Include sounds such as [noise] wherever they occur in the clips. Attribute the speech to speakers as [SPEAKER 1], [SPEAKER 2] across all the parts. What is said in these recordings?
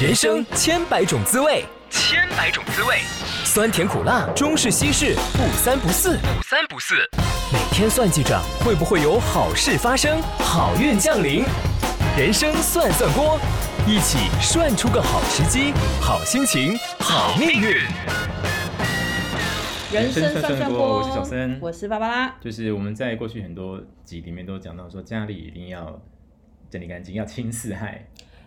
[SPEAKER 1] 人生千百种滋味，
[SPEAKER 2] 千百种滋味，
[SPEAKER 1] 酸甜苦辣，中式西式，不三不四。
[SPEAKER 2] 不三不四。
[SPEAKER 1] 每天算计着会不会有好事发生，好运降临。人生算算锅，一起涮出个好时机、好心情、好命运。
[SPEAKER 3] 人生算算锅，
[SPEAKER 4] 我是小森
[SPEAKER 3] 我是芭芭拉。
[SPEAKER 4] 就是我们在过去很多集里面都讲到说，家里一定要整理干净，要清四害。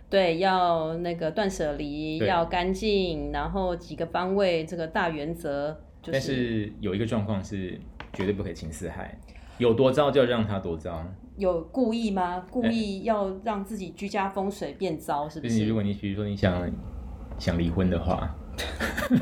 [SPEAKER 3] 对，要那个断舍离，
[SPEAKER 4] 对
[SPEAKER 3] 要干净，然后几个方位，这个大原则就
[SPEAKER 4] 但是有一个状况是绝对不可以清四害，有多糟就让它多糟。
[SPEAKER 3] 有故意吗？故意要让自己居家风水变糟，是不
[SPEAKER 4] 哎就是你如
[SPEAKER 3] 是？
[SPEAKER 4] 果你比如说你想想离婚的话，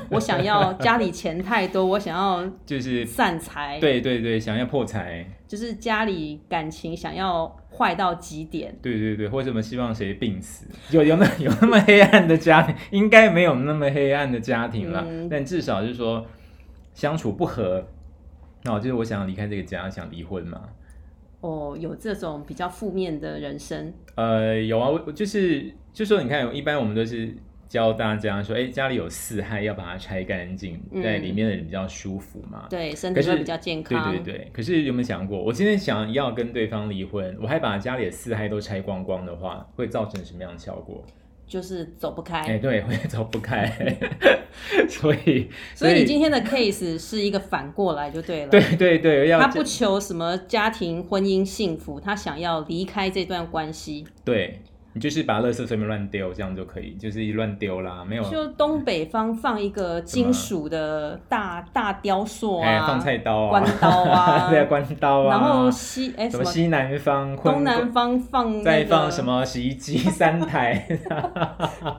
[SPEAKER 3] 我想要家里钱太多，我想要
[SPEAKER 4] 就是
[SPEAKER 3] 散财，，
[SPEAKER 4] 对对对，想要破财，
[SPEAKER 3] 就是家里感情想要坏到极点。
[SPEAKER 4] 对对对，或者什么希望谁病死，有有那有那么黑暗的家庭，应该没有那么黑暗的家庭啦，
[SPEAKER 3] 嗯
[SPEAKER 4] 但至少就是说相处不和，那我就是我想离开这个家，想离婚嘛。
[SPEAKER 3] 哦，有这种比较负面的人生，
[SPEAKER 4] 呃，有啊，我我就是就说你看，一般我们都是教大家说，哎、家里有四害要把它拆干净，
[SPEAKER 3] 嗯
[SPEAKER 4] 在里面的人比较舒服嘛。
[SPEAKER 3] 对身
[SPEAKER 4] 可
[SPEAKER 3] 体
[SPEAKER 4] 是
[SPEAKER 3] 会比较健康。
[SPEAKER 4] 对对对，可是有没有想过，我今天想要跟对方离婚，我还把家里的四害都拆光光的话，会造成什么样的效果？
[SPEAKER 3] 就是走不开。
[SPEAKER 4] 哎、对， [laughs] 会走
[SPEAKER 3] [laughs]
[SPEAKER 4] 不开。所以，
[SPEAKER 3] 所以你今天的 case 是一个反过来就对了。
[SPEAKER 4] 对对对，要
[SPEAKER 3] 他不求什么家庭婚姻幸福，他想要离开这段关系。
[SPEAKER 4] 对你就是把垃圾随便乱丢，这样就可以，就是一乱丢啦，没有
[SPEAKER 3] 就东北方放一个金属的大大雕塑
[SPEAKER 4] 哎、
[SPEAKER 3] 啊，
[SPEAKER 4] 放菜刀啊，
[SPEAKER 3] 关刀啊
[SPEAKER 4] [laughs] 对啊，关刀啊，
[SPEAKER 3] 然后西哎
[SPEAKER 4] 什
[SPEAKER 3] 什
[SPEAKER 4] 么
[SPEAKER 3] 么
[SPEAKER 4] 西南方、昆
[SPEAKER 3] 东南方放、那个
[SPEAKER 4] 再放什，么洗
[SPEAKER 3] [laughs]
[SPEAKER 4] 衣机三台，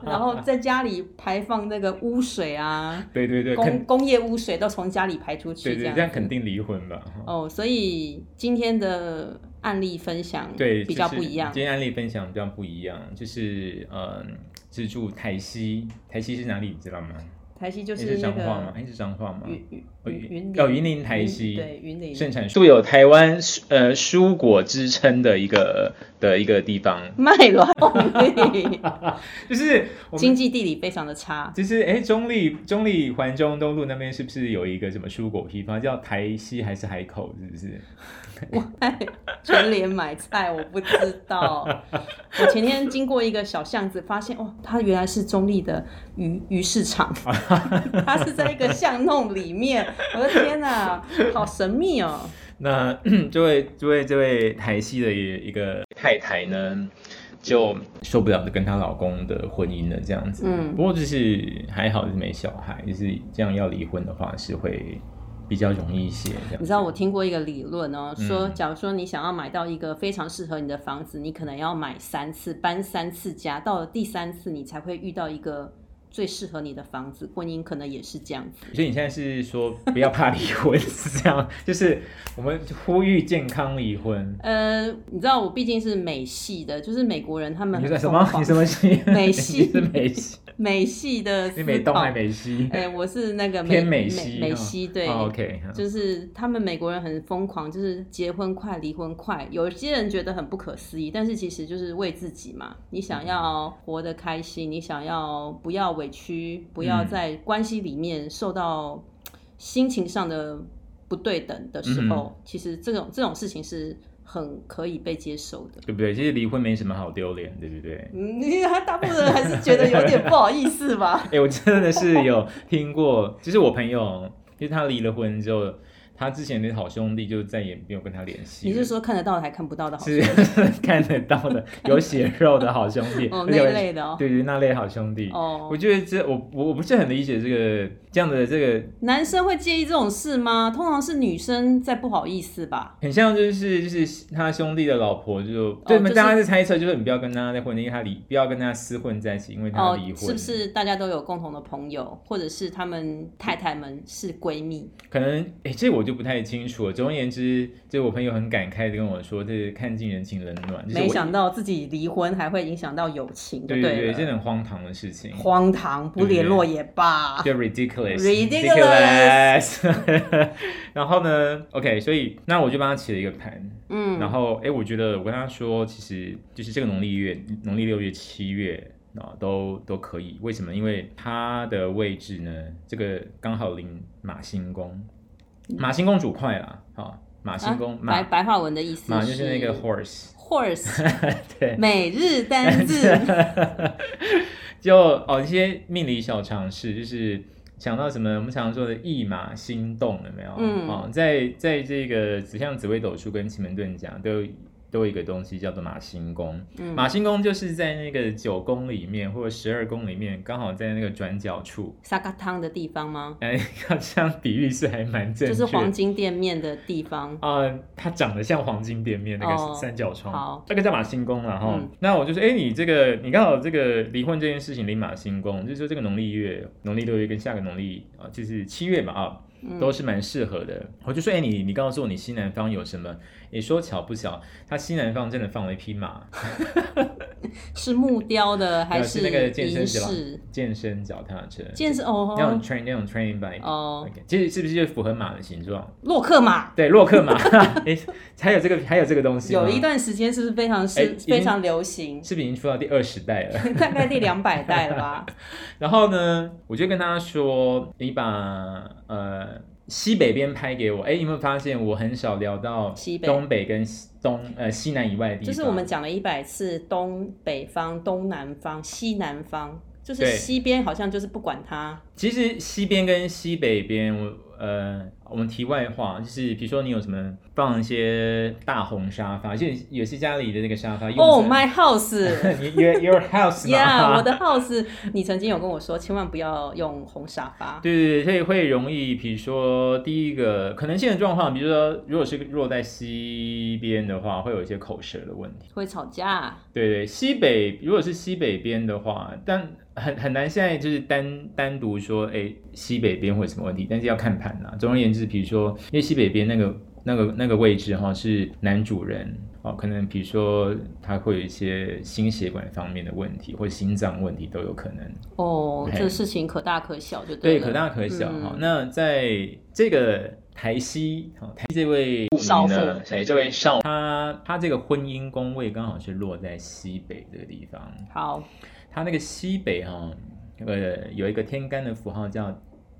[SPEAKER 3] 然后在家里排放那个污水啊，
[SPEAKER 4] 对 [laughs] 对对，
[SPEAKER 3] 工
[SPEAKER 4] 肯
[SPEAKER 3] 工业污水都从家里排出去
[SPEAKER 4] 对
[SPEAKER 3] 这
[SPEAKER 4] 对，
[SPEAKER 3] 样。
[SPEAKER 4] 这样肯定离婚吧？哈
[SPEAKER 3] 哦，所以今天的案例分享
[SPEAKER 4] 对，
[SPEAKER 3] 哦比较
[SPEAKER 4] 就
[SPEAKER 3] 不
[SPEAKER 4] 是
[SPEAKER 3] 一样。
[SPEAKER 4] 今天案例分享比较不一样，就是嗯，是住台西，台西是哪里？你知道吗？
[SPEAKER 3] 台西就
[SPEAKER 4] 诶是
[SPEAKER 3] 那
[SPEAKER 4] 彰化吗？
[SPEAKER 3] 个
[SPEAKER 4] 哎，是彰化吗？
[SPEAKER 3] 云云
[SPEAKER 4] 哦
[SPEAKER 3] 云云林
[SPEAKER 4] 哦，云林台西，
[SPEAKER 3] 云对云林 [laughs]
[SPEAKER 4] 盛产素有台湾呃蔬果之称的一个的一个地方，
[SPEAKER 3] 卖卵红利，
[SPEAKER 4] 就是 [laughs]
[SPEAKER 3] [laughs]
[SPEAKER 4] 我
[SPEAKER 3] 经
[SPEAKER 4] 们
[SPEAKER 3] 济地理非常的差。
[SPEAKER 4] 就是哎中立中立环中东路那边是不是有一个什么蔬果批发叫台西还是海口？是不是？
[SPEAKER 3] 全联买菜，我不知道。我前天经过一个小巷子，发现哦，它原来是中立的鱼鱼市
[SPEAKER 4] [laughs]
[SPEAKER 3] 场，它是在一个巷弄里面。我的天哪，好神秘哦！
[SPEAKER 4] 那 [clears throat] 这位这位这位台西的一个太太呢，就受不了跟她老公的婚姻了这样子。
[SPEAKER 3] 嗯
[SPEAKER 4] 不过就是还好是没小孩，就是这样要离婚的话是会比较容易一些。这样子
[SPEAKER 3] 你知道我听过一个理论哦，
[SPEAKER 4] 嗯
[SPEAKER 3] 说假如说你想要买到一个非常适合你的房子，你可能要买三次，搬三次家，到了第三次你才会遇到一个最适合你的房子。婚姻可能也是这样子。
[SPEAKER 4] 所以你现在是说不要怕离婚 [laughs] 是这样，就是我们呼吁健康离婚。
[SPEAKER 3] 呃，你知道我毕竟是美系的，就是美国人他们
[SPEAKER 4] 你
[SPEAKER 3] 很
[SPEAKER 4] 说什
[SPEAKER 3] 疯
[SPEAKER 4] 么？
[SPEAKER 3] 狂
[SPEAKER 4] 你什么系？
[SPEAKER 3] [laughs] 美系
[SPEAKER 4] 你是美系，
[SPEAKER 3] [laughs] 美系的
[SPEAKER 4] 你
[SPEAKER 3] 思
[SPEAKER 4] 美东
[SPEAKER 3] 考
[SPEAKER 4] 还美西？
[SPEAKER 3] 哎、我是那个
[SPEAKER 4] 偏
[SPEAKER 3] 美
[SPEAKER 4] 美西
[SPEAKER 3] 美
[SPEAKER 4] 哦
[SPEAKER 3] 西对、
[SPEAKER 4] 哦 OK，好
[SPEAKER 3] 嗯就是他们美国人很疯狂，就是结婚快，离婚快。有些人觉得很不可思议，但是其实就是为自己嘛。你想要活得开心，你想要不要委屈，不要
[SPEAKER 4] 嗯
[SPEAKER 3] 在关系里面受到心情上的不对等的时候，其实这种这种事情是很可以被接受的。
[SPEAKER 4] 对不对？其实离婚没什么好丢脸，对不对？
[SPEAKER 3] 嗯， [laughs] 他大部分人还是觉得有点不好意思吧。
[SPEAKER 4] [laughs] 哎、我真的是有听过，就是我朋友，就是他离了婚之后，他之前的好兄弟就再也没有跟他联系。
[SPEAKER 3] [laughs] 你是？说看得到的还看不到的好处？
[SPEAKER 4] 是 [laughs] 看得到的有血肉的好兄弟，
[SPEAKER 3] 哦
[SPEAKER 4] 而且
[SPEAKER 3] 那一类的哦
[SPEAKER 4] 对对，那类好兄弟。
[SPEAKER 3] 哦
[SPEAKER 4] 我觉得这我我我不是很理解这个这样的这个
[SPEAKER 3] 男生会介意这种事吗？通常是女生在不好意思吧。
[SPEAKER 4] 很像就是就是他兄弟的老婆就对，
[SPEAKER 3] 哦就是
[SPEAKER 4] 大家是猜测，就是你不要跟他再婚，因为他离不要跟他厮混在一起，因为他
[SPEAKER 3] 哦
[SPEAKER 4] 离婚，，
[SPEAKER 3] 是不是大家都有共同的朋友，或者是他们太太们是闺蜜？
[SPEAKER 4] 可能哎、这我就不太清楚了。总而言之，就我朋友很感慨的跟我说，这是看尽人情冷暖，就是我
[SPEAKER 3] 没想到自己离婚还会影响到友情，
[SPEAKER 4] 对
[SPEAKER 3] 对
[SPEAKER 4] 对，
[SPEAKER 3] 了
[SPEAKER 4] 真的很荒唐的事情，
[SPEAKER 3] 荒唐，不联络也罢。
[SPEAKER 4] 就 ridiculous
[SPEAKER 3] Ridiculous
[SPEAKER 4] ridiculous [laughs] 然后呢，OK，所以那我就帮他起了一个盘，
[SPEAKER 3] 嗯，
[SPEAKER 4] 然后哎、诶我觉得我跟他说，其实就是这个农历月、农历六月、七月啊、都都可以。为什么？因为它的位置呢，这个刚好临马星宫，马星宫主块啦，好、马星宫、
[SPEAKER 3] 啊白
[SPEAKER 4] 马
[SPEAKER 3] 白话文的意思
[SPEAKER 4] 马啊就是那个 horse， [laughs]
[SPEAKER 3] horse
[SPEAKER 4] 对，
[SPEAKER 3] 每日单
[SPEAKER 4] [laughs]
[SPEAKER 3] 字
[SPEAKER 4] 就哦一些命理小常识，就是想到什么我们常说的一马心动有没有？
[SPEAKER 3] 嗯
[SPEAKER 4] 哦，在在这个指向紫微斗数跟奇门遁甲都有都有一个东西叫做马星宫。
[SPEAKER 3] 嗯
[SPEAKER 4] 马星宫就是在那个九宫里面或者十二宫里面，刚好在那个转角处。
[SPEAKER 3] 沙嘎汤的地方吗？
[SPEAKER 4] 哎，好像比喻是还蛮正确
[SPEAKER 3] 就
[SPEAKER 4] 的，
[SPEAKER 3] 是黄金店面的地方。
[SPEAKER 4] 啊、它长得像黄金店面那
[SPEAKER 3] 哦
[SPEAKER 4] 个三角窗，
[SPEAKER 3] 好
[SPEAKER 4] 那个叫马星宫了哈。
[SPEAKER 3] 嗯
[SPEAKER 4] 那我就说，哎、你这个你刚好这个离婚这件事情离马星宫，就是说这个农历月、农历六月跟下个农历啊，就是七月嘛啊，
[SPEAKER 3] 嗯
[SPEAKER 4] 都是蛮适合的。我就说，哎、你你告诉我你西南方有什么？也说巧不巧，他西南方真的放了一匹马，
[SPEAKER 3] 是木雕的还
[SPEAKER 4] 对是那个健身
[SPEAKER 3] 银
[SPEAKER 4] 是吧
[SPEAKER 3] 饰？
[SPEAKER 4] 健身脚踏车，
[SPEAKER 3] 健身哦
[SPEAKER 4] 那种 train 那种 training bike，、
[SPEAKER 3] 哦
[SPEAKER 4] OK，其实是不是就符合马的形状？
[SPEAKER 3] 洛克马。
[SPEAKER 4] 对，洛克马， [laughs] 哎、还有这个还有这个东西吗，
[SPEAKER 3] 有一段时间是不是非常
[SPEAKER 4] 哎
[SPEAKER 3] 是
[SPEAKER 4] 已经
[SPEAKER 3] 非常流行？ [laughs]
[SPEAKER 4] 是不是已经出到第二十代了？
[SPEAKER 3] 大概第两百代了
[SPEAKER 4] [laughs]
[SPEAKER 3] 吧？
[SPEAKER 4] 然后呢，我就跟他说：“你把呃西北边拍给我。”哎，你有没有发现我很少聊到
[SPEAKER 3] 西北
[SPEAKER 4] 东北跟西东呃西南以外的地方？
[SPEAKER 3] 就是我们讲了一百次东北方、东南方、西南方，就是
[SPEAKER 4] 对
[SPEAKER 3] 西边好像就是不管它。
[SPEAKER 4] 其实西边跟西北边，我呃，我们题外话就是，比如说你有什么放一些大红沙发，就也是家里的那个沙发。用
[SPEAKER 3] 哦、
[SPEAKER 4] 着
[SPEAKER 3] m y house。
[SPEAKER 4] [laughs] 你 your your house 嘛
[SPEAKER 3] Yeah，我的 house，你曾经有跟我说，千万不要用红沙发。
[SPEAKER 4] 对对对，所以会容易，比如说第一个可能性的状况，比如说如果是落在西边的话，会有一些口舌的问题。
[SPEAKER 3] 会吵架，
[SPEAKER 4] 对对，西北如果是西北边的话，但很很难现在就是单单独说，哎，西北边会有什么问题，但是要看盘啦。总而言之，比如说因为西北边那个那个那个位置哈、是男主人。哦，可能比如说他会有一些心血管方面的问题，或心脏问题都有可能。
[SPEAKER 3] 哦，
[SPEAKER 4] 嘿
[SPEAKER 3] 这事情可大可小，就
[SPEAKER 4] 对，
[SPEAKER 3] 了
[SPEAKER 4] 可大可小哈、
[SPEAKER 3] 嗯
[SPEAKER 4] 那在这个台西，好、台西这位
[SPEAKER 3] 少妇
[SPEAKER 4] 呢，哎，这位少，她她这个婚姻宫位刚好是落在西北这个地方，
[SPEAKER 3] 好，
[SPEAKER 4] 她那个西北哈、呃，有一个天干的符号叫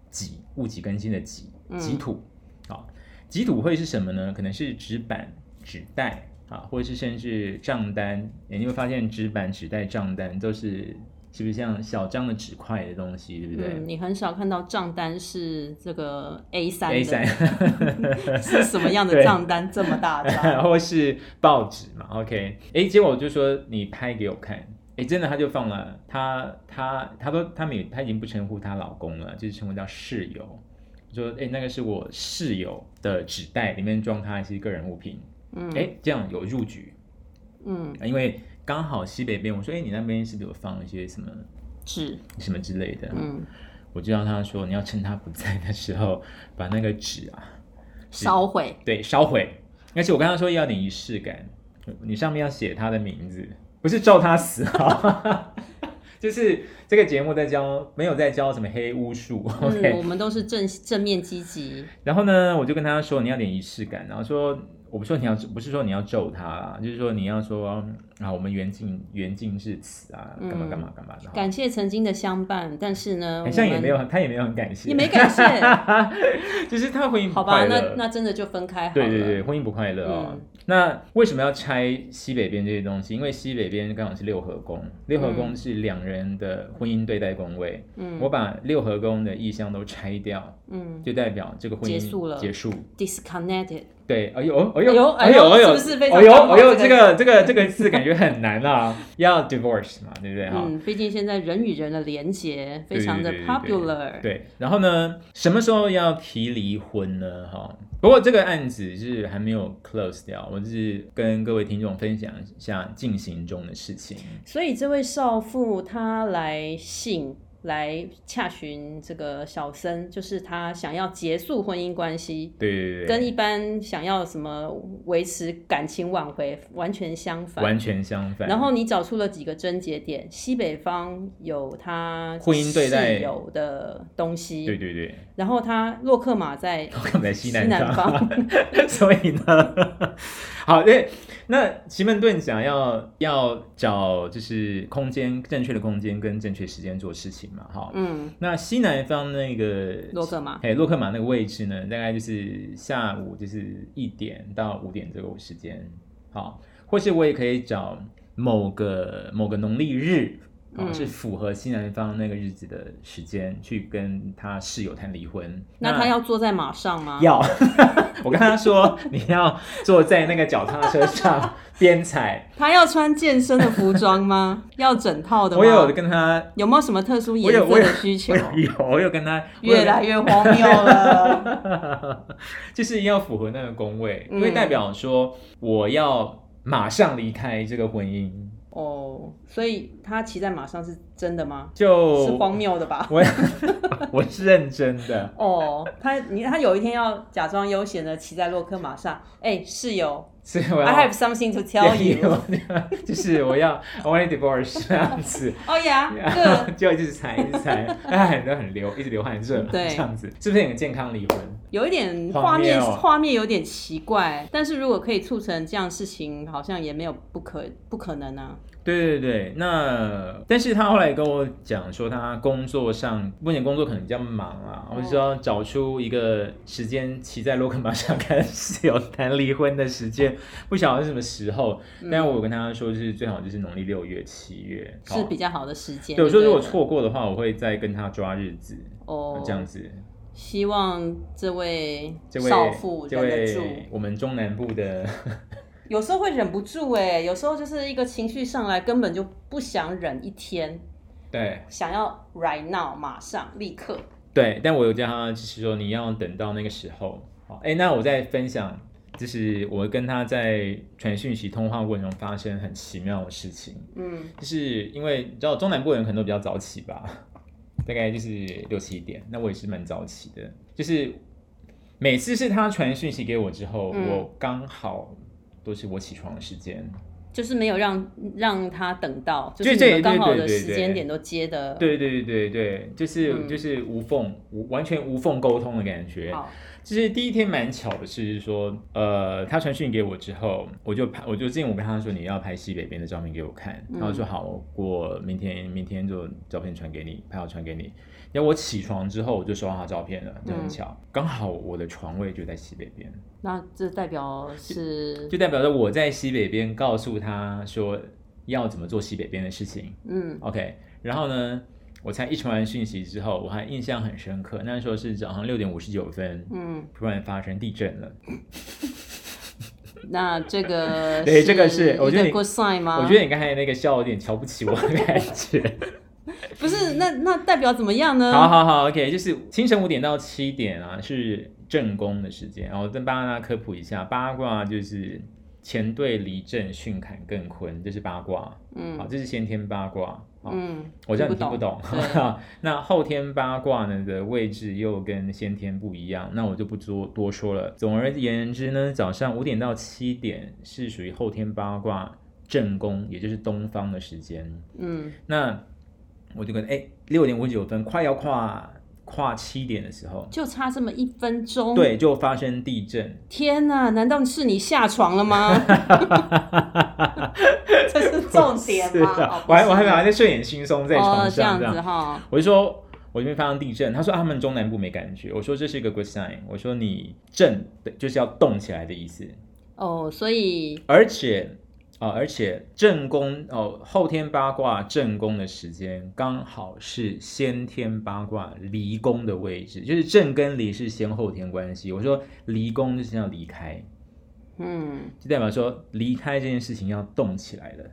[SPEAKER 4] 己，戊己庚辛的己，
[SPEAKER 3] 嗯
[SPEAKER 4] 己土，好、己土会是什么呢？可能是纸板、纸袋。啊，或者是甚至账单，哎你会发现纸板、纸袋、账单都是是不是像小张的纸块的东西，对不对？
[SPEAKER 3] 嗯，你很少看到账单是这个 A 三
[SPEAKER 4] A 三，
[SPEAKER 3] 是什么样的
[SPEAKER 4] 对
[SPEAKER 3] 账单这么大
[SPEAKER 4] [laughs]
[SPEAKER 3] 张？
[SPEAKER 4] 或是报纸嘛，OK，哎，结果我就说你拍给我看，哎，真的他就放了，他他他都他没有，他已经不称呼她老公了，就是称呼叫室友，说哎那个是我室友的纸袋，里面装他一些个人物品，
[SPEAKER 3] 嗯，
[SPEAKER 4] 哎，这样有入局，
[SPEAKER 3] 嗯，
[SPEAKER 4] 因为刚好西北边，我说哎你那边是不是有放一些什么
[SPEAKER 3] 纸，
[SPEAKER 4] 什么之类的，
[SPEAKER 3] 嗯，
[SPEAKER 4] 我就让他说你要趁他不在的时候把那个纸啊
[SPEAKER 3] 烧毁，
[SPEAKER 4] 对，烧毁。而且我跟他说要点仪式感，你上面要写他的名字，不是咒他死啊。 [laughs] 就是这个节目在教，没有在教什么黑巫术，OK、 [laughs]
[SPEAKER 3] 嗯，我们都是正正面积极，
[SPEAKER 4] 然后呢，我就跟他说你要点仪式感，然后说我不说你要不是说你要咒他啦，就是说你要说啊，我们缘尽缘尽至此啊，干嘛
[SPEAKER 3] 嗯
[SPEAKER 4] 干嘛干嘛的。
[SPEAKER 3] 感谢曾经的相伴，但是呢，
[SPEAKER 4] 好像
[SPEAKER 3] 我
[SPEAKER 4] 也
[SPEAKER 3] 们
[SPEAKER 4] 没有，他也没有很感谢，
[SPEAKER 3] [laughs] 也没感谢
[SPEAKER 4] [laughs] 就是他回应
[SPEAKER 3] 好吧，那那真的就分开好了。
[SPEAKER 4] 对对对，婚姻不快乐哦。
[SPEAKER 3] 嗯
[SPEAKER 4] 那为什么要拆西北边这些东西？因为西北边刚好是六合宫，六合宫是两人的婚姻对待宫位。
[SPEAKER 3] 嗯，
[SPEAKER 4] 我把六合宫的意象都拆掉，
[SPEAKER 3] 嗯
[SPEAKER 4] 就代表这个婚姻
[SPEAKER 3] 结束了
[SPEAKER 4] 结束。
[SPEAKER 3] disconnected，
[SPEAKER 4] 对，哎呦，哎
[SPEAKER 3] 哎呦
[SPEAKER 4] 呦，
[SPEAKER 3] 哎呦
[SPEAKER 4] 呦，哎呦，
[SPEAKER 3] 是不是非常
[SPEAKER 4] 哎呦，
[SPEAKER 3] 刚好
[SPEAKER 4] 哎呦，
[SPEAKER 3] 这
[SPEAKER 4] 这
[SPEAKER 3] 个
[SPEAKER 4] 个这个这个字感觉很难啊， [laughs] 要 divorce 嘛，对不对哈？
[SPEAKER 3] 嗯，毕竟现在人与人的连结非常的
[SPEAKER 4] 对对对对
[SPEAKER 3] popular，，
[SPEAKER 4] 对，然后呢，什么时候要提离婚呢？哈，不过这个案子是还没有 close 掉，我只是跟各位听众分享一下进行中的事情。
[SPEAKER 3] 所以这位少妇她来信来洽询这个小僧，就是他想要结束婚姻关系，
[SPEAKER 4] 对对对
[SPEAKER 3] 跟一
[SPEAKER 4] 对，
[SPEAKER 3] 般想要什么维持感情挽回完全相反。
[SPEAKER 4] 完全相反。
[SPEAKER 3] 然后你找出了几个症结点，西北方有他
[SPEAKER 4] 婚姻对待
[SPEAKER 3] 室友的东西，
[SPEAKER 4] 对对 [laughs] 对，
[SPEAKER 3] 然后他洛克马在
[SPEAKER 4] 我刚才西
[SPEAKER 3] 南
[SPEAKER 4] 南 [laughs]
[SPEAKER 3] 方，
[SPEAKER 4] 所以呢， [laughs] 好，对，那奇门遁想要要找就是空间正确的空间跟正确时间做事情嘛，哈、
[SPEAKER 3] 嗯，
[SPEAKER 4] 那西南方那个
[SPEAKER 3] 洛克马
[SPEAKER 4] 哎，洛克马那个位置呢，大概就是下午就是一点到五点这个时间，好，或是我也可以找某个某个农历日。啊，
[SPEAKER 3] 嗯
[SPEAKER 4] 是符合西南方那个日子的时间去跟他室友谈离婚。
[SPEAKER 3] 那他要坐在马上吗？
[SPEAKER 4] 要， [laughs] 我跟他说你要坐在那个脚踏车上 [laughs] 边踩。
[SPEAKER 3] 他要穿健身的服装
[SPEAKER 4] [laughs]
[SPEAKER 3] 吗？要整套的吗？
[SPEAKER 4] 我有跟他，
[SPEAKER 3] 有没有什么特殊
[SPEAKER 4] 我
[SPEAKER 3] 颜
[SPEAKER 4] 有
[SPEAKER 3] 色
[SPEAKER 4] 我有
[SPEAKER 3] 的需求
[SPEAKER 4] 我？有我有跟他，
[SPEAKER 3] [laughs]
[SPEAKER 4] 我
[SPEAKER 3] 越
[SPEAKER 4] 有
[SPEAKER 3] 来越荒谬
[SPEAKER 4] [laughs]
[SPEAKER 3] 了。
[SPEAKER 4] 就是要符合那个宫位，
[SPEAKER 3] 嗯
[SPEAKER 4] 因为代表说我要马上离开这个婚姻，
[SPEAKER 3] 哦，所以他骑在马上是真的吗？是
[SPEAKER 4] 就
[SPEAKER 3] 荒谬的吧？
[SPEAKER 4] 我 [laughs] 我是认真的。
[SPEAKER 3] 哦，他你他有一天要假装悠闲的骑在洛克马上，哎、室友
[SPEAKER 4] 所以我要
[SPEAKER 3] ，I have something to tell
[SPEAKER 4] 建议
[SPEAKER 3] you。
[SPEAKER 4] 我 [laughs] 就是我要 I want a divorce 这样子，
[SPEAKER 3] 哦呀，这
[SPEAKER 4] [laughs] 就一直踩一直踩，哎，都很流，一直流汗热，
[SPEAKER 3] 对
[SPEAKER 4] 这样子是不是很健康离婚？
[SPEAKER 3] 有一点
[SPEAKER 4] 荒
[SPEAKER 3] 画面，
[SPEAKER 4] 谬哦
[SPEAKER 3] 画面有点奇怪，但是如果可以促成这样的事情，好像也没有不可不可能啊。
[SPEAKER 4] 对对对，那但是他后来跟我讲说，他工作上目前工作可能比较忙啊，
[SPEAKER 3] 哦
[SPEAKER 4] 我就要找出一个时间骑在洛克马上看室友谈离婚的
[SPEAKER 3] [laughs]
[SPEAKER 4] 时间，不晓得是什么时候。
[SPEAKER 3] 嗯
[SPEAKER 4] 但我有跟他说，就是最好就是农历六月、七月
[SPEAKER 3] 是比
[SPEAKER 4] 较。
[SPEAKER 3] 较好的时间。
[SPEAKER 4] 对，我
[SPEAKER 3] 就
[SPEAKER 4] 说
[SPEAKER 3] 对
[SPEAKER 4] 如果
[SPEAKER 3] 了
[SPEAKER 4] 错过的话，我会再跟他抓日子，
[SPEAKER 3] 哦，
[SPEAKER 4] 这样子。
[SPEAKER 3] 希望这位
[SPEAKER 4] 这位
[SPEAKER 3] 少妇
[SPEAKER 4] 这
[SPEAKER 3] 忍得住。
[SPEAKER 4] 位我们中南部的
[SPEAKER 3] 有时候会忍不住哎、有时候就是一个情绪上来，根本就不想忍一天，
[SPEAKER 4] 对
[SPEAKER 3] 想要 right now 马上立刻。
[SPEAKER 4] 对，但我有叫他，就是说你要等到那个时候。好，哎，那我再分享，就是我跟他在传讯息通话过程中发生很奇妙的事情，
[SPEAKER 3] 嗯
[SPEAKER 4] 就是因为你知道中南部人可能都比较早起吧，大概就是六七点，那我也是蛮早起的，就是每次是他传讯息给我之后，
[SPEAKER 3] 嗯
[SPEAKER 4] 我刚好都是我起床的时间，，
[SPEAKER 3] 就是没有让让他等到，就是
[SPEAKER 4] 对
[SPEAKER 3] 你
[SPEAKER 4] 对对
[SPEAKER 3] 们刚好
[SPEAKER 4] 对
[SPEAKER 3] 的
[SPEAKER 4] 对
[SPEAKER 3] 时
[SPEAKER 4] 对
[SPEAKER 3] 间点都接的。
[SPEAKER 4] 对对对对，就是、
[SPEAKER 3] 嗯
[SPEAKER 4] 就是无缝无完全无缝沟通的感觉，
[SPEAKER 3] 好，
[SPEAKER 4] 其实第一天蛮巧的是说，呃，他传讯给我之后，我就拍，我就进我跟他说你要拍西北边的照片给我看，
[SPEAKER 3] 嗯
[SPEAKER 4] 然后说好，我明天明天就照片传给你，拍好传给你。然后我起床之后我就收到他照片
[SPEAKER 3] 嗯
[SPEAKER 4] 了，就很巧，刚好我的床位就在西北边，
[SPEAKER 3] 那这代表是
[SPEAKER 4] 就代表着我在西北边告诉他说要怎么做西北边的事情。
[SPEAKER 3] 嗯
[SPEAKER 4] OK，然后呢，我才一传完讯息之后，我还印象很深刻，那时候是早上六点五十九分，
[SPEAKER 3] 嗯，
[SPEAKER 4] 突然发生地震了。
[SPEAKER 3] 那这个
[SPEAKER 4] [laughs] 对这个是我觉
[SPEAKER 3] 一
[SPEAKER 4] 得你
[SPEAKER 3] 个 good sign 吗？
[SPEAKER 4] 我觉得你刚才那个笑有点瞧不起我的感
[SPEAKER 3] [laughs]
[SPEAKER 4] 觉。
[SPEAKER 3] 不是，那那代表怎么样呢？
[SPEAKER 4] 好好好，OK，就是清晨五点到七点啊，是正宫的时间。哦然后再帮大家科普一下，八卦就是乾兑离震巽坎艮坤，这是八卦。好，
[SPEAKER 3] 嗯
[SPEAKER 4] 这是先天八卦。好，
[SPEAKER 3] 嗯，
[SPEAKER 4] 我知道你听
[SPEAKER 3] 听
[SPEAKER 4] 不
[SPEAKER 3] 不
[SPEAKER 4] 懂
[SPEAKER 3] 懂。
[SPEAKER 4] [laughs] 那后天八卦呢的位置又跟先天不一样，那我就不多多说了。总而言之呢，早上五点到七点是属于后天八卦正宫，也就是东方的时间。
[SPEAKER 3] 嗯
[SPEAKER 4] 那我就跟哎六点五十九分快要跨跨七点的时候，
[SPEAKER 3] 就差这么一分钟。，
[SPEAKER 4] 对，就发生地震。
[SPEAKER 3] 天哪，难道是你下床了
[SPEAKER 4] [laughs]
[SPEAKER 3] 吗？这是重
[SPEAKER 4] [laughs]
[SPEAKER 3] 点
[SPEAKER 4] 是
[SPEAKER 3] 吗？
[SPEAKER 4] 啊
[SPEAKER 3] 哦，
[SPEAKER 4] 我还我还本来在睡眼惺忪在床
[SPEAKER 3] 哦，这
[SPEAKER 4] 上
[SPEAKER 3] 样
[SPEAKER 4] 这
[SPEAKER 3] 子
[SPEAKER 4] 样，
[SPEAKER 3] 哈，
[SPEAKER 4] 我就说。我这边发生地震，他说、啊他们中南部没感觉，我说这是一个 good sign，我说你震对就是要动起来的意思，
[SPEAKER 3] 哦，所以
[SPEAKER 4] 而且啊、而且正宫哦后天八卦正宫的时间刚好是先天八卦离宫的位置，就是正跟离是先后天关系。我说离宫就是要离开，
[SPEAKER 3] 嗯，
[SPEAKER 4] 就代表说离开这件事情要动起来了。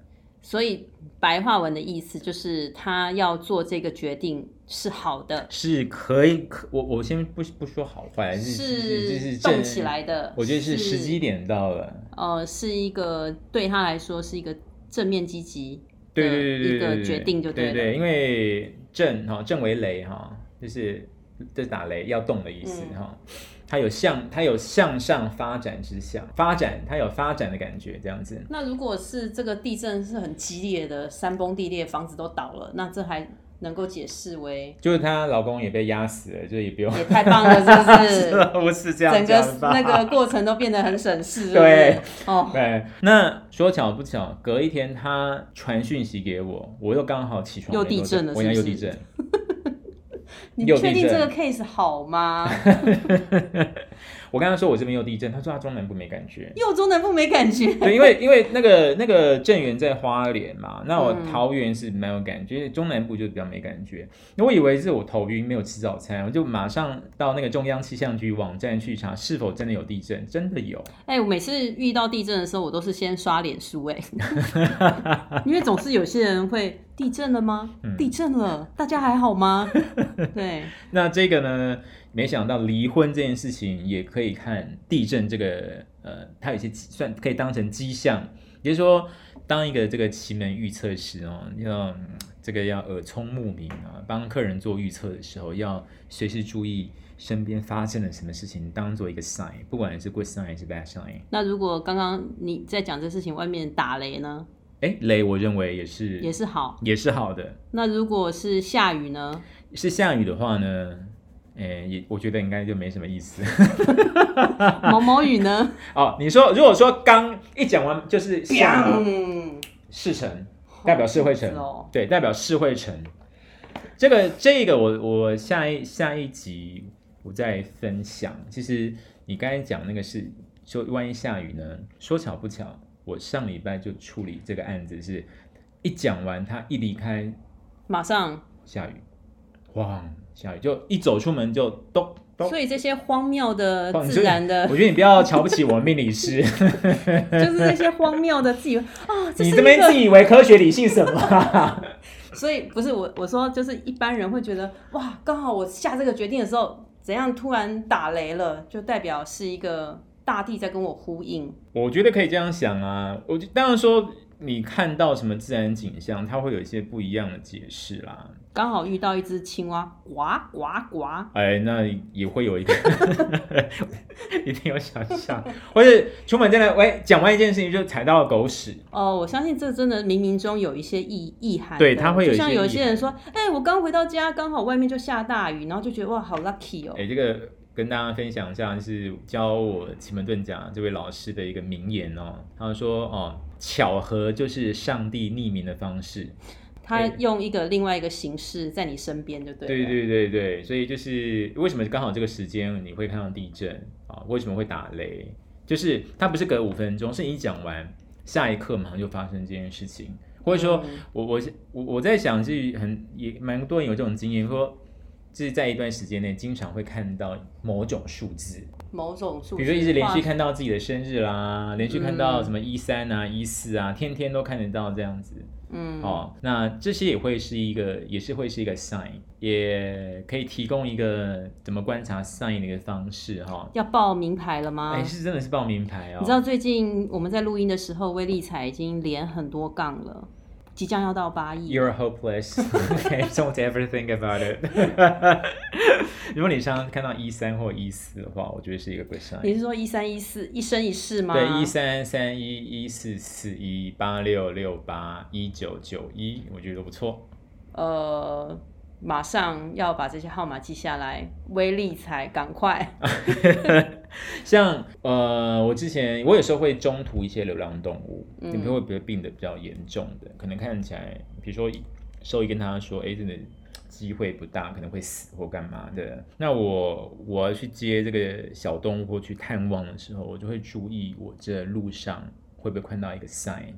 [SPEAKER 3] 所以白话文的意思就是他要做这个决定是好的，
[SPEAKER 4] 是可以，可我我先不不说好坏，是是是正
[SPEAKER 3] 动起来，的。
[SPEAKER 4] 我觉得是时机点到了，
[SPEAKER 3] 呃，是一个对他来说是一个正面积极，
[SPEAKER 4] 对对对对
[SPEAKER 3] 一个
[SPEAKER 4] 对
[SPEAKER 3] 决定就
[SPEAKER 4] 对
[SPEAKER 3] 对了
[SPEAKER 4] 对，因为震哈震为雷哈，就是这是打雷要动的意思
[SPEAKER 3] 嗯
[SPEAKER 4] 哈。它有向它有向上发展之象，发展它有发展的感觉，这样子。
[SPEAKER 3] 那如果是这个地震是很激烈的，山崩地裂，房子都倒了，那这还能够解释
[SPEAKER 4] [laughs]
[SPEAKER 3] 为
[SPEAKER 4] 就是她老公也被压死了，就也不用。
[SPEAKER 3] 也太棒了，是不是？
[SPEAKER 4] 不 [laughs] 是这样
[SPEAKER 3] 整个
[SPEAKER 4] 讲吧
[SPEAKER 3] 那个过程都变得很省事，是不是
[SPEAKER 4] [laughs] 对
[SPEAKER 3] 哦，
[SPEAKER 4] 对，那说巧不巧，隔一天他传讯息给我，我又刚好起床没
[SPEAKER 3] 又
[SPEAKER 4] 多久，
[SPEAKER 3] 地震了
[SPEAKER 4] 我讲
[SPEAKER 3] 是
[SPEAKER 4] 又
[SPEAKER 3] 不是
[SPEAKER 4] 地震，
[SPEAKER 3] 你
[SPEAKER 4] 又
[SPEAKER 3] 确定
[SPEAKER 4] 地震
[SPEAKER 3] 这个 case 好吗？，
[SPEAKER 4] 我跟他说我这边又地震，他说他中南部没感觉
[SPEAKER 3] 右中南部没感觉，
[SPEAKER 4] 对，因为因为那个那个震源在花莲嘛，那我
[SPEAKER 3] 嗯
[SPEAKER 4] 桃园是蛮有感觉，中南部就比较没感觉。那我以为是我头晕没有吃早餐，我就马上到那个中央气象局网站去查是否真的有地震，真的有。
[SPEAKER 3] 哎、我每次遇到地震的时候，我都是先刷脸书、哎， [laughs] 因为总是有些人会地震了吗？
[SPEAKER 4] 嗯
[SPEAKER 3] 地震了，大家还好吗？ [laughs] 对，
[SPEAKER 4] 那这个呢，没想到离婚这件事情也可以看地震这个呃，它有些迹算可以当成迹象，也就是说，当一个这个奇门预测师哦，要嗯这个要耳聪目明啊，帮客人做预测的时候，要随时注意身边发生了什么事情，当做一个 sign，不管是 good sign 还是 bad sign。
[SPEAKER 3] 那如果刚刚你在讲这事情，外面打雷呢，
[SPEAKER 4] 哎，雷我认为也是
[SPEAKER 3] 也是好。
[SPEAKER 4] 也是好的，
[SPEAKER 3] 那如果是下雨呢？
[SPEAKER 4] 是下雨的话呢，哎，也我觉得应该就没什么意思。
[SPEAKER 3] 毛毛雨呢？
[SPEAKER 4] 哦，你说如果说刚一讲完就是下午
[SPEAKER 3] 嗯，
[SPEAKER 4] 事成，代表社会
[SPEAKER 3] 这
[SPEAKER 4] 成，
[SPEAKER 3] 样子哦
[SPEAKER 4] 对，代表社会成。这个这个我我下一下一集我再分享。其实你刚才讲那个是说万一下雨呢，说巧不巧，我上礼拜就处理这个案子是，一讲完他一离开
[SPEAKER 3] 马上。
[SPEAKER 4] 下雨，哇，下雨就一走出门就咚咚。
[SPEAKER 3] 所以这些荒谬的
[SPEAKER 4] 哇你
[SPEAKER 3] 自
[SPEAKER 4] 这
[SPEAKER 3] 然的
[SPEAKER 4] 我，觉得你不要瞧不起我们命理师，
[SPEAKER 3] 就是这些荒谬的自己啊，这
[SPEAKER 4] 你
[SPEAKER 3] 是
[SPEAKER 4] 这
[SPEAKER 3] 一
[SPEAKER 4] 边
[SPEAKER 3] 个
[SPEAKER 4] 自以为科学理性什么啊？
[SPEAKER 3] 所以不是我我说，就是一般人会觉得哇，刚好我下这个决定的时候，怎样突然打雷了，就代表是一个大地在跟我呼应。
[SPEAKER 4] [laughs] 我觉得可以这样想啊，我就当然说，你看到什么自然景象，它会有一些不一样的解释啦。
[SPEAKER 3] 刚好遇到一只青蛙，呱呱呱，
[SPEAKER 4] 哎，那也会有一个， [laughs] 一定有想象，或者出门真的喂，讲完一件事情就踩到了狗屎，
[SPEAKER 3] 哦，我相信这真的冥冥中有一些意意涵的。
[SPEAKER 4] 对它会有
[SPEAKER 3] 就
[SPEAKER 4] 一些
[SPEAKER 3] 像有一些人
[SPEAKER 4] 意
[SPEAKER 3] 说，哎、我刚回到家，刚好外面就下大雨，然后就觉得哇，好 lucky 哦。
[SPEAKER 4] 哎，这个跟大家分享一下，是教我奇门遁甲这位老师的一个名言哦，他说哦，巧合就是上帝匿名的方式，
[SPEAKER 3] 他用一个另外一个形式在你身边，就对了。
[SPEAKER 4] 哎对对对对，所以就是为什么刚好这个时间你会看到地震啊？为什么会打雷？就是它不是隔五分钟，是你一讲完，下一刻马上就发生这件事情，或者说
[SPEAKER 3] 嗯
[SPEAKER 4] 我我是我我在想是很也蛮多人有这种经验，说就是在一段时间内经常会看到某种数字，
[SPEAKER 3] 某种数字化，
[SPEAKER 4] 比如说一直连续看到自己的生日啦，连续看到什么一三啊、一四啊，天天都看得到这样子。
[SPEAKER 3] 嗯，
[SPEAKER 4] 哦，那这些也会是一个，也是会是一个 sign，也可以提供一个怎么观察 sign 的一个方式哈。
[SPEAKER 3] 要报名牌了吗？
[SPEAKER 4] 哎、是真的是报名牌哦。
[SPEAKER 3] 啊你知道最近我们在录音的时候，威力彩已经连很多杠了，即将要到八亿。[laughs]
[SPEAKER 4] You're hopeless. Okay, don't ever think about it. [laughs] 如果你常常看到一三或一四的话，我觉得是一个 good
[SPEAKER 3] 你
[SPEAKER 4] sign。
[SPEAKER 3] 是说一三一四一生一世吗？
[SPEAKER 4] 对，一。三三一一四四一八六六八一九九一，我觉得不错。
[SPEAKER 3] 呃，马上要把这些号码记下来。威力彩，赶
[SPEAKER 4] [laughs]
[SPEAKER 3] 快！
[SPEAKER 4] 像呃，我之前我有时候会中途一些流浪动物，
[SPEAKER 3] 嗯
[SPEAKER 4] 你们会不会病得比较严重的？可能看起来，比如说兽医跟他说，哎、真的机会不大，可能会死或干嘛的。那我我要去接这个小动物或去探望的时候，我就会注意我这路上会不会看到一个 sign。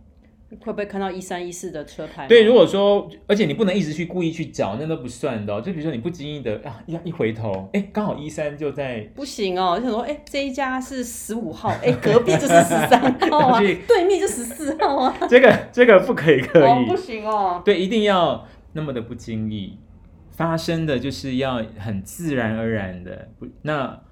[SPEAKER 3] 会不会看到一三一四的车牌吗？
[SPEAKER 4] 对，如果说，而且你不能一直去故意去找，那都不算的、哦。就比如说你不经意的啊，一一回头，哎、刚好一三就在
[SPEAKER 3] 不行哦，我想说，哎、这一家是十五号，哎、隔壁就是十三号啊
[SPEAKER 4] [laughs] 去，
[SPEAKER 3] 对面就十四号啊，
[SPEAKER 4] 这个这个不可以可以，
[SPEAKER 3] 哦，不行哦。
[SPEAKER 4] 对，一定要那么的不经意发生的，就是要很自然而然的。不那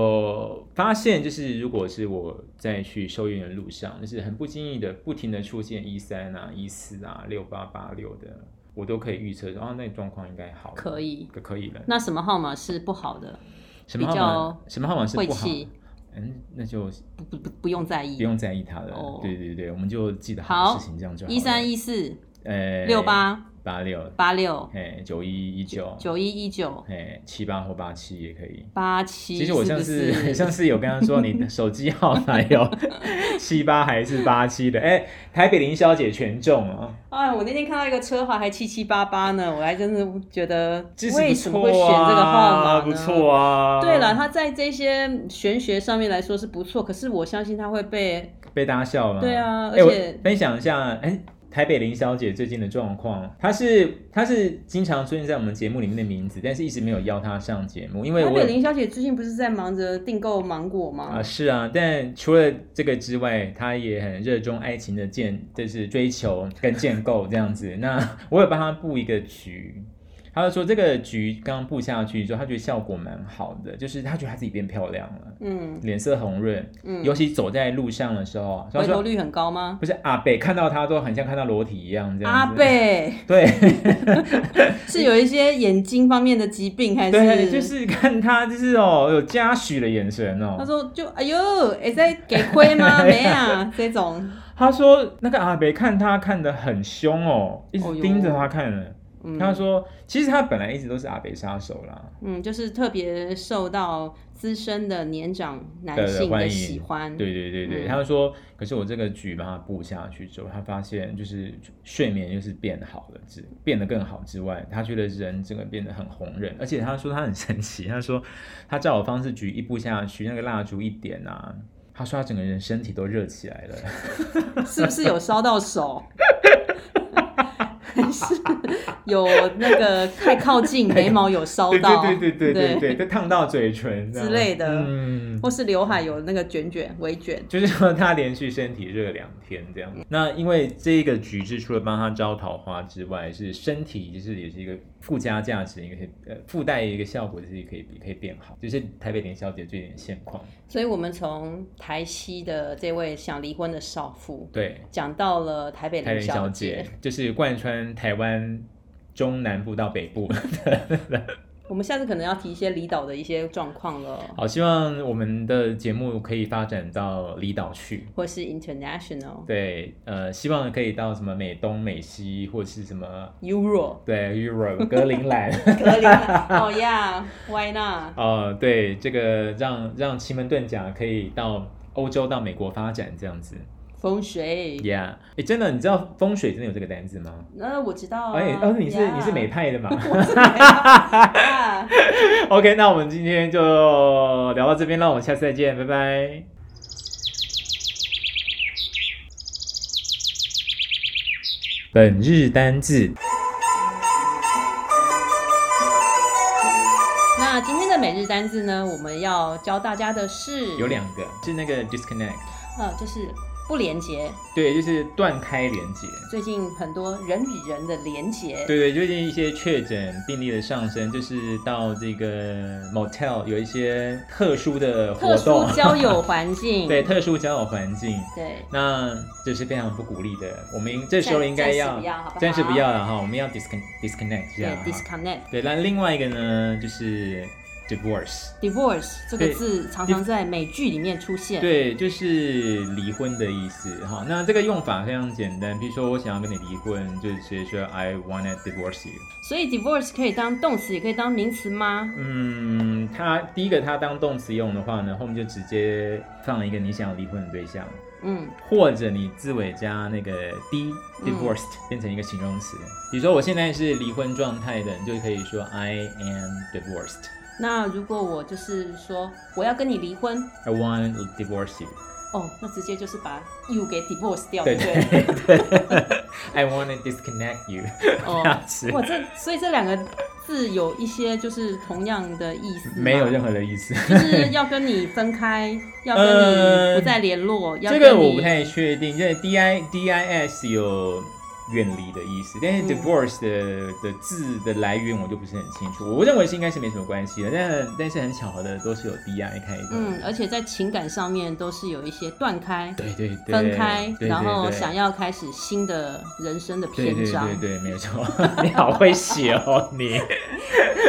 [SPEAKER 4] 我发现就是，如果是我在去收银的路上，就是很不经意的，不停的出现一三啊、一四啊、六八八六的，我都可以预测说，啊，那你状况应该好了，
[SPEAKER 3] 可以
[SPEAKER 4] 可可以了。
[SPEAKER 3] 那什么号码是不好的？
[SPEAKER 4] 什么号码？什么号码是
[SPEAKER 3] 晦
[SPEAKER 4] 不好？
[SPEAKER 3] 气，
[SPEAKER 4] 嗯，那就
[SPEAKER 3] 不不不不用在意。
[SPEAKER 4] 不用在意它了。
[SPEAKER 3] 哦
[SPEAKER 4] 对对对，我们就记得
[SPEAKER 3] 好
[SPEAKER 4] 好事情这样就好了。
[SPEAKER 3] 一三一四
[SPEAKER 4] 呃
[SPEAKER 3] 六八
[SPEAKER 4] 八六，
[SPEAKER 3] 八六
[SPEAKER 4] 哎九一一九，
[SPEAKER 3] 九一一九
[SPEAKER 4] 哎七八或八七也可以。
[SPEAKER 3] 八七，
[SPEAKER 4] 其实我上次
[SPEAKER 3] 是
[SPEAKER 4] [laughs]
[SPEAKER 3] [laughs] 不是
[SPEAKER 4] 上次有跟他说，你的手机号码
[SPEAKER 3] [laughs]
[SPEAKER 4] 有七八还是八七的？哎、台北林小姐全中哦，
[SPEAKER 3] 哎，我那天看到一个车牌还七七八八呢，我还真的觉得
[SPEAKER 4] 其实
[SPEAKER 3] 为
[SPEAKER 4] 不
[SPEAKER 3] 什
[SPEAKER 4] 错
[SPEAKER 3] 么会选这个号码
[SPEAKER 4] 啊，
[SPEAKER 3] 呢？
[SPEAKER 4] 不错啊。
[SPEAKER 3] 对了，他在这些玄学上面来说是不错，可是我相信他会被
[SPEAKER 4] 被大家笑了。
[SPEAKER 3] 对啊
[SPEAKER 4] 哎
[SPEAKER 3] 而
[SPEAKER 4] 我
[SPEAKER 3] 且
[SPEAKER 4] 分享一下，哎、台北林小姐最近的状况，她是她是经常出现在我们节目里面的名字，但是一直没有邀她上节目，因为
[SPEAKER 3] 台
[SPEAKER 4] 我
[SPEAKER 3] 北
[SPEAKER 4] 有
[SPEAKER 3] 林小姐最近不是在忙着订购芒果吗？
[SPEAKER 4] 啊、是啊，但除了这个之外，他也很热衷爱情的建，就是追求跟建构这样子。那我有帮他布一个局，他就说这个局刚刚布下去之后，他觉得效果蛮好的，就是他觉得他自己变漂亮了，
[SPEAKER 3] 嗯
[SPEAKER 4] 脸色红润，
[SPEAKER 3] 嗯，
[SPEAKER 4] 尤其走在路上的时候，啊他
[SPEAKER 3] 回头
[SPEAKER 4] 说
[SPEAKER 3] 率很高吗？
[SPEAKER 4] 不是阿北看到他都很像看到裸体一样这样子。
[SPEAKER 3] 阿
[SPEAKER 4] [laughs]
[SPEAKER 3] 贝
[SPEAKER 4] 对
[SPEAKER 3] 是有一些眼睛方面的疾病还是？
[SPEAKER 4] 对，就是看他就是哦有嘉许的眼神哦。
[SPEAKER 3] 他说就哎呦，哎在给亏
[SPEAKER 4] [laughs]
[SPEAKER 3] 吗？没啊，这种
[SPEAKER 4] 他说那个阿北看他看得很凶哦，一
[SPEAKER 3] 哦
[SPEAKER 4] 直
[SPEAKER 3] 哟
[SPEAKER 4] 盯着他看了。
[SPEAKER 3] 嗯
[SPEAKER 4] 他说其实他本来一直都是阿北杀手啦，
[SPEAKER 3] 嗯，就是特别受到资深的年长男
[SPEAKER 4] 的
[SPEAKER 3] 性
[SPEAKER 4] 欢
[SPEAKER 3] 的
[SPEAKER 4] 迎
[SPEAKER 3] 喜欢，
[SPEAKER 4] 对对对对，
[SPEAKER 3] 嗯
[SPEAKER 4] 他说可是我这个局把它布下去之后，他发现就是睡眠就是变好了，之变得更好之外，他觉得人整个变得很红润，而且他说他很神奇，他说他照我方式局一布下去，那个蜡烛一点啊。他说他整个人身体都热起来了，
[SPEAKER 3] 是不是有烧到手？还是有那个太靠
[SPEAKER 4] [laughs]
[SPEAKER 3] 近眉毛有烧
[SPEAKER 4] 对
[SPEAKER 3] 到，
[SPEAKER 4] [laughs] 对对对对
[SPEAKER 3] 对
[SPEAKER 4] 对，都烫到嘴唇这样
[SPEAKER 3] 之类的
[SPEAKER 4] 嗯，
[SPEAKER 3] 或是刘海有那个卷卷微卷，
[SPEAKER 4] 就是说他连续身体热两天这样。那因为这一个局制除了帮他招桃花之外，是身体就是也是一个附加价值，一个呃附带一个效果，就是可以可以变好。就是台北林小姐最近的现况，
[SPEAKER 3] 所以我们从台西的这位想离婚的少妇
[SPEAKER 4] 对，
[SPEAKER 3] 讲到了台北
[SPEAKER 4] 台
[SPEAKER 3] 林
[SPEAKER 4] 北小姐就是贯穿台湾中南部到北部。 [laughs]
[SPEAKER 3] 我们下次可能要提一些离岛的一些状况了，
[SPEAKER 4] 好，希望我们的节目可以发展到离岛去。
[SPEAKER 3] 或是 international
[SPEAKER 4] 对，呃，希望可以到什么美东、美西，或是什么
[SPEAKER 3] Euro
[SPEAKER 4] 对 Europe 格陵兰。
[SPEAKER 3] 格林兰，哦呀，Why not？
[SPEAKER 4] 呃，对，这个让让奇门遁甲可以到欧洲到美国发展这样子
[SPEAKER 3] 风水，
[SPEAKER 4] ，Yeah，哎，真的，你知道风水真的有这个单字吗？
[SPEAKER 3] 那我知道啊，
[SPEAKER 4] 哎、哦，你是
[SPEAKER 3] [laughs]
[SPEAKER 4] 你是美
[SPEAKER 3] 呀
[SPEAKER 4] 派的嘛
[SPEAKER 3] 啊
[SPEAKER 4] ？OK，那我们今天就聊到这边，那我们下次再见，拜拜。本日单字
[SPEAKER 3] 那今天的每日单字呢，我们要教大家的是
[SPEAKER 4] 有两个，是那个 disconnect，
[SPEAKER 3] 呃，就是不连结。
[SPEAKER 4] 对，就是断开连接。
[SPEAKER 3] 最近很多人与人的连结，
[SPEAKER 4] 对对，最近一些确诊病例的上升，就是到这个 motel 有一些特殊的活
[SPEAKER 3] 特殊
[SPEAKER 4] 动，
[SPEAKER 3] 交友环境，
[SPEAKER 4] 对特殊交友环境，
[SPEAKER 3] [laughs] 对
[SPEAKER 4] 那这是非常不鼓励的。我们应这时候应该
[SPEAKER 3] 暂时
[SPEAKER 4] 要
[SPEAKER 3] 不要好不好
[SPEAKER 4] 暂时不要了哈，我们要 discon disconnect 一
[SPEAKER 3] 对
[SPEAKER 4] 下哈。
[SPEAKER 3] disconnect。
[SPEAKER 4] 对，那另外一个呢就是 divorce，
[SPEAKER 3] divorce 这个
[SPEAKER 4] 对
[SPEAKER 3] 字常常在美剧里面出现，
[SPEAKER 4] 对，就是离婚的意思哈。那这个用法非常简单，比如说我想要跟你离婚，就直接说 I wanna divorce you。
[SPEAKER 3] 所以 divorce 可以当动词，也可以当名词吗？
[SPEAKER 4] 嗯，它第一个它当动词用的话呢，后面就直接放一个你想要离婚的对象，
[SPEAKER 3] 嗯，
[SPEAKER 4] 或者你字尾加那个 d
[SPEAKER 3] 嗯
[SPEAKER 4] divorced、变成一个形容词。比如说我现在是离婚状态的，你就可以说 I am divorced。
[SPEAKER 3] 那如果我就是说我要跟你离婚，
[SPEAKER 4] I want to divorce you。
[SPEAKER 3] 哦，那直接就是把 you 给 divorce 掉，
[SPEAKER 4] 对
[SPEAKER 3] 对不对？
[SPEAKER 4] 对对 [laughs] ，I want to disconnect you。
[SPEAKER 3] 哦
[SPEAKER 4] 这样子
[SPEAKER 3] 哇，这所以这两个字有一些就是同样的意思吗，
[SPEAKER 4] 没有任何的意思。
[SPEAKER 3] [laughs] 就是要跟你分开，要跟你不再联络，要
[SPEAKER 4] 这
[SPEAKER 3] 跟
[SPEAKER 4] 个我
[SPEAKER 3] 你
[SPEAKER 4] 不太确定，因为 D I D I S 有远离的意思。但
[SPEAKER 3] 嗯
[SPEAKER 4] 是 divorce 的的字的来源我就不是很清楚，我认为是应该是没什么关系的。但但是很巧合的都是有 di 开头。
[SPEAKER 3] 嗯，而且在情感上面都是有一些断开、
[SPEAKER 4] 对对对，
[SPEAKER 3] 分开，
[SPEAKER 4] 对对
[SPEAKER 3] 然后
[SPEAKER 4] 对
[SPEAKER 3] 想要开始新的人生的
[SPEAKER 4] 对
[SPEAKER 3] 篇
[SPEAKER 4] 对
[SPEAKER 3] 章
[SPEAKER 4] 对。对，没有错， [laughs] 你好会写哦，你。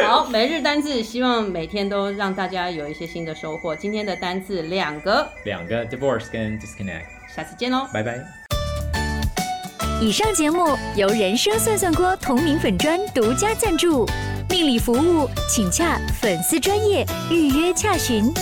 [SPEAKER 3] 好，每日单字，希望每天都让大家有一些新的收获。今天的单字两个，
[SPEAKER 4] 两个 divorce 跟 disconnect，
[SPEAKER 3] 下次见哦喽。
[SPEAKER 4] 拜拜。
[SPEAKER 5] 以上节目由人生算算锅同名粉专独家赞助，命理服务请洽粉丝专业预约洽询。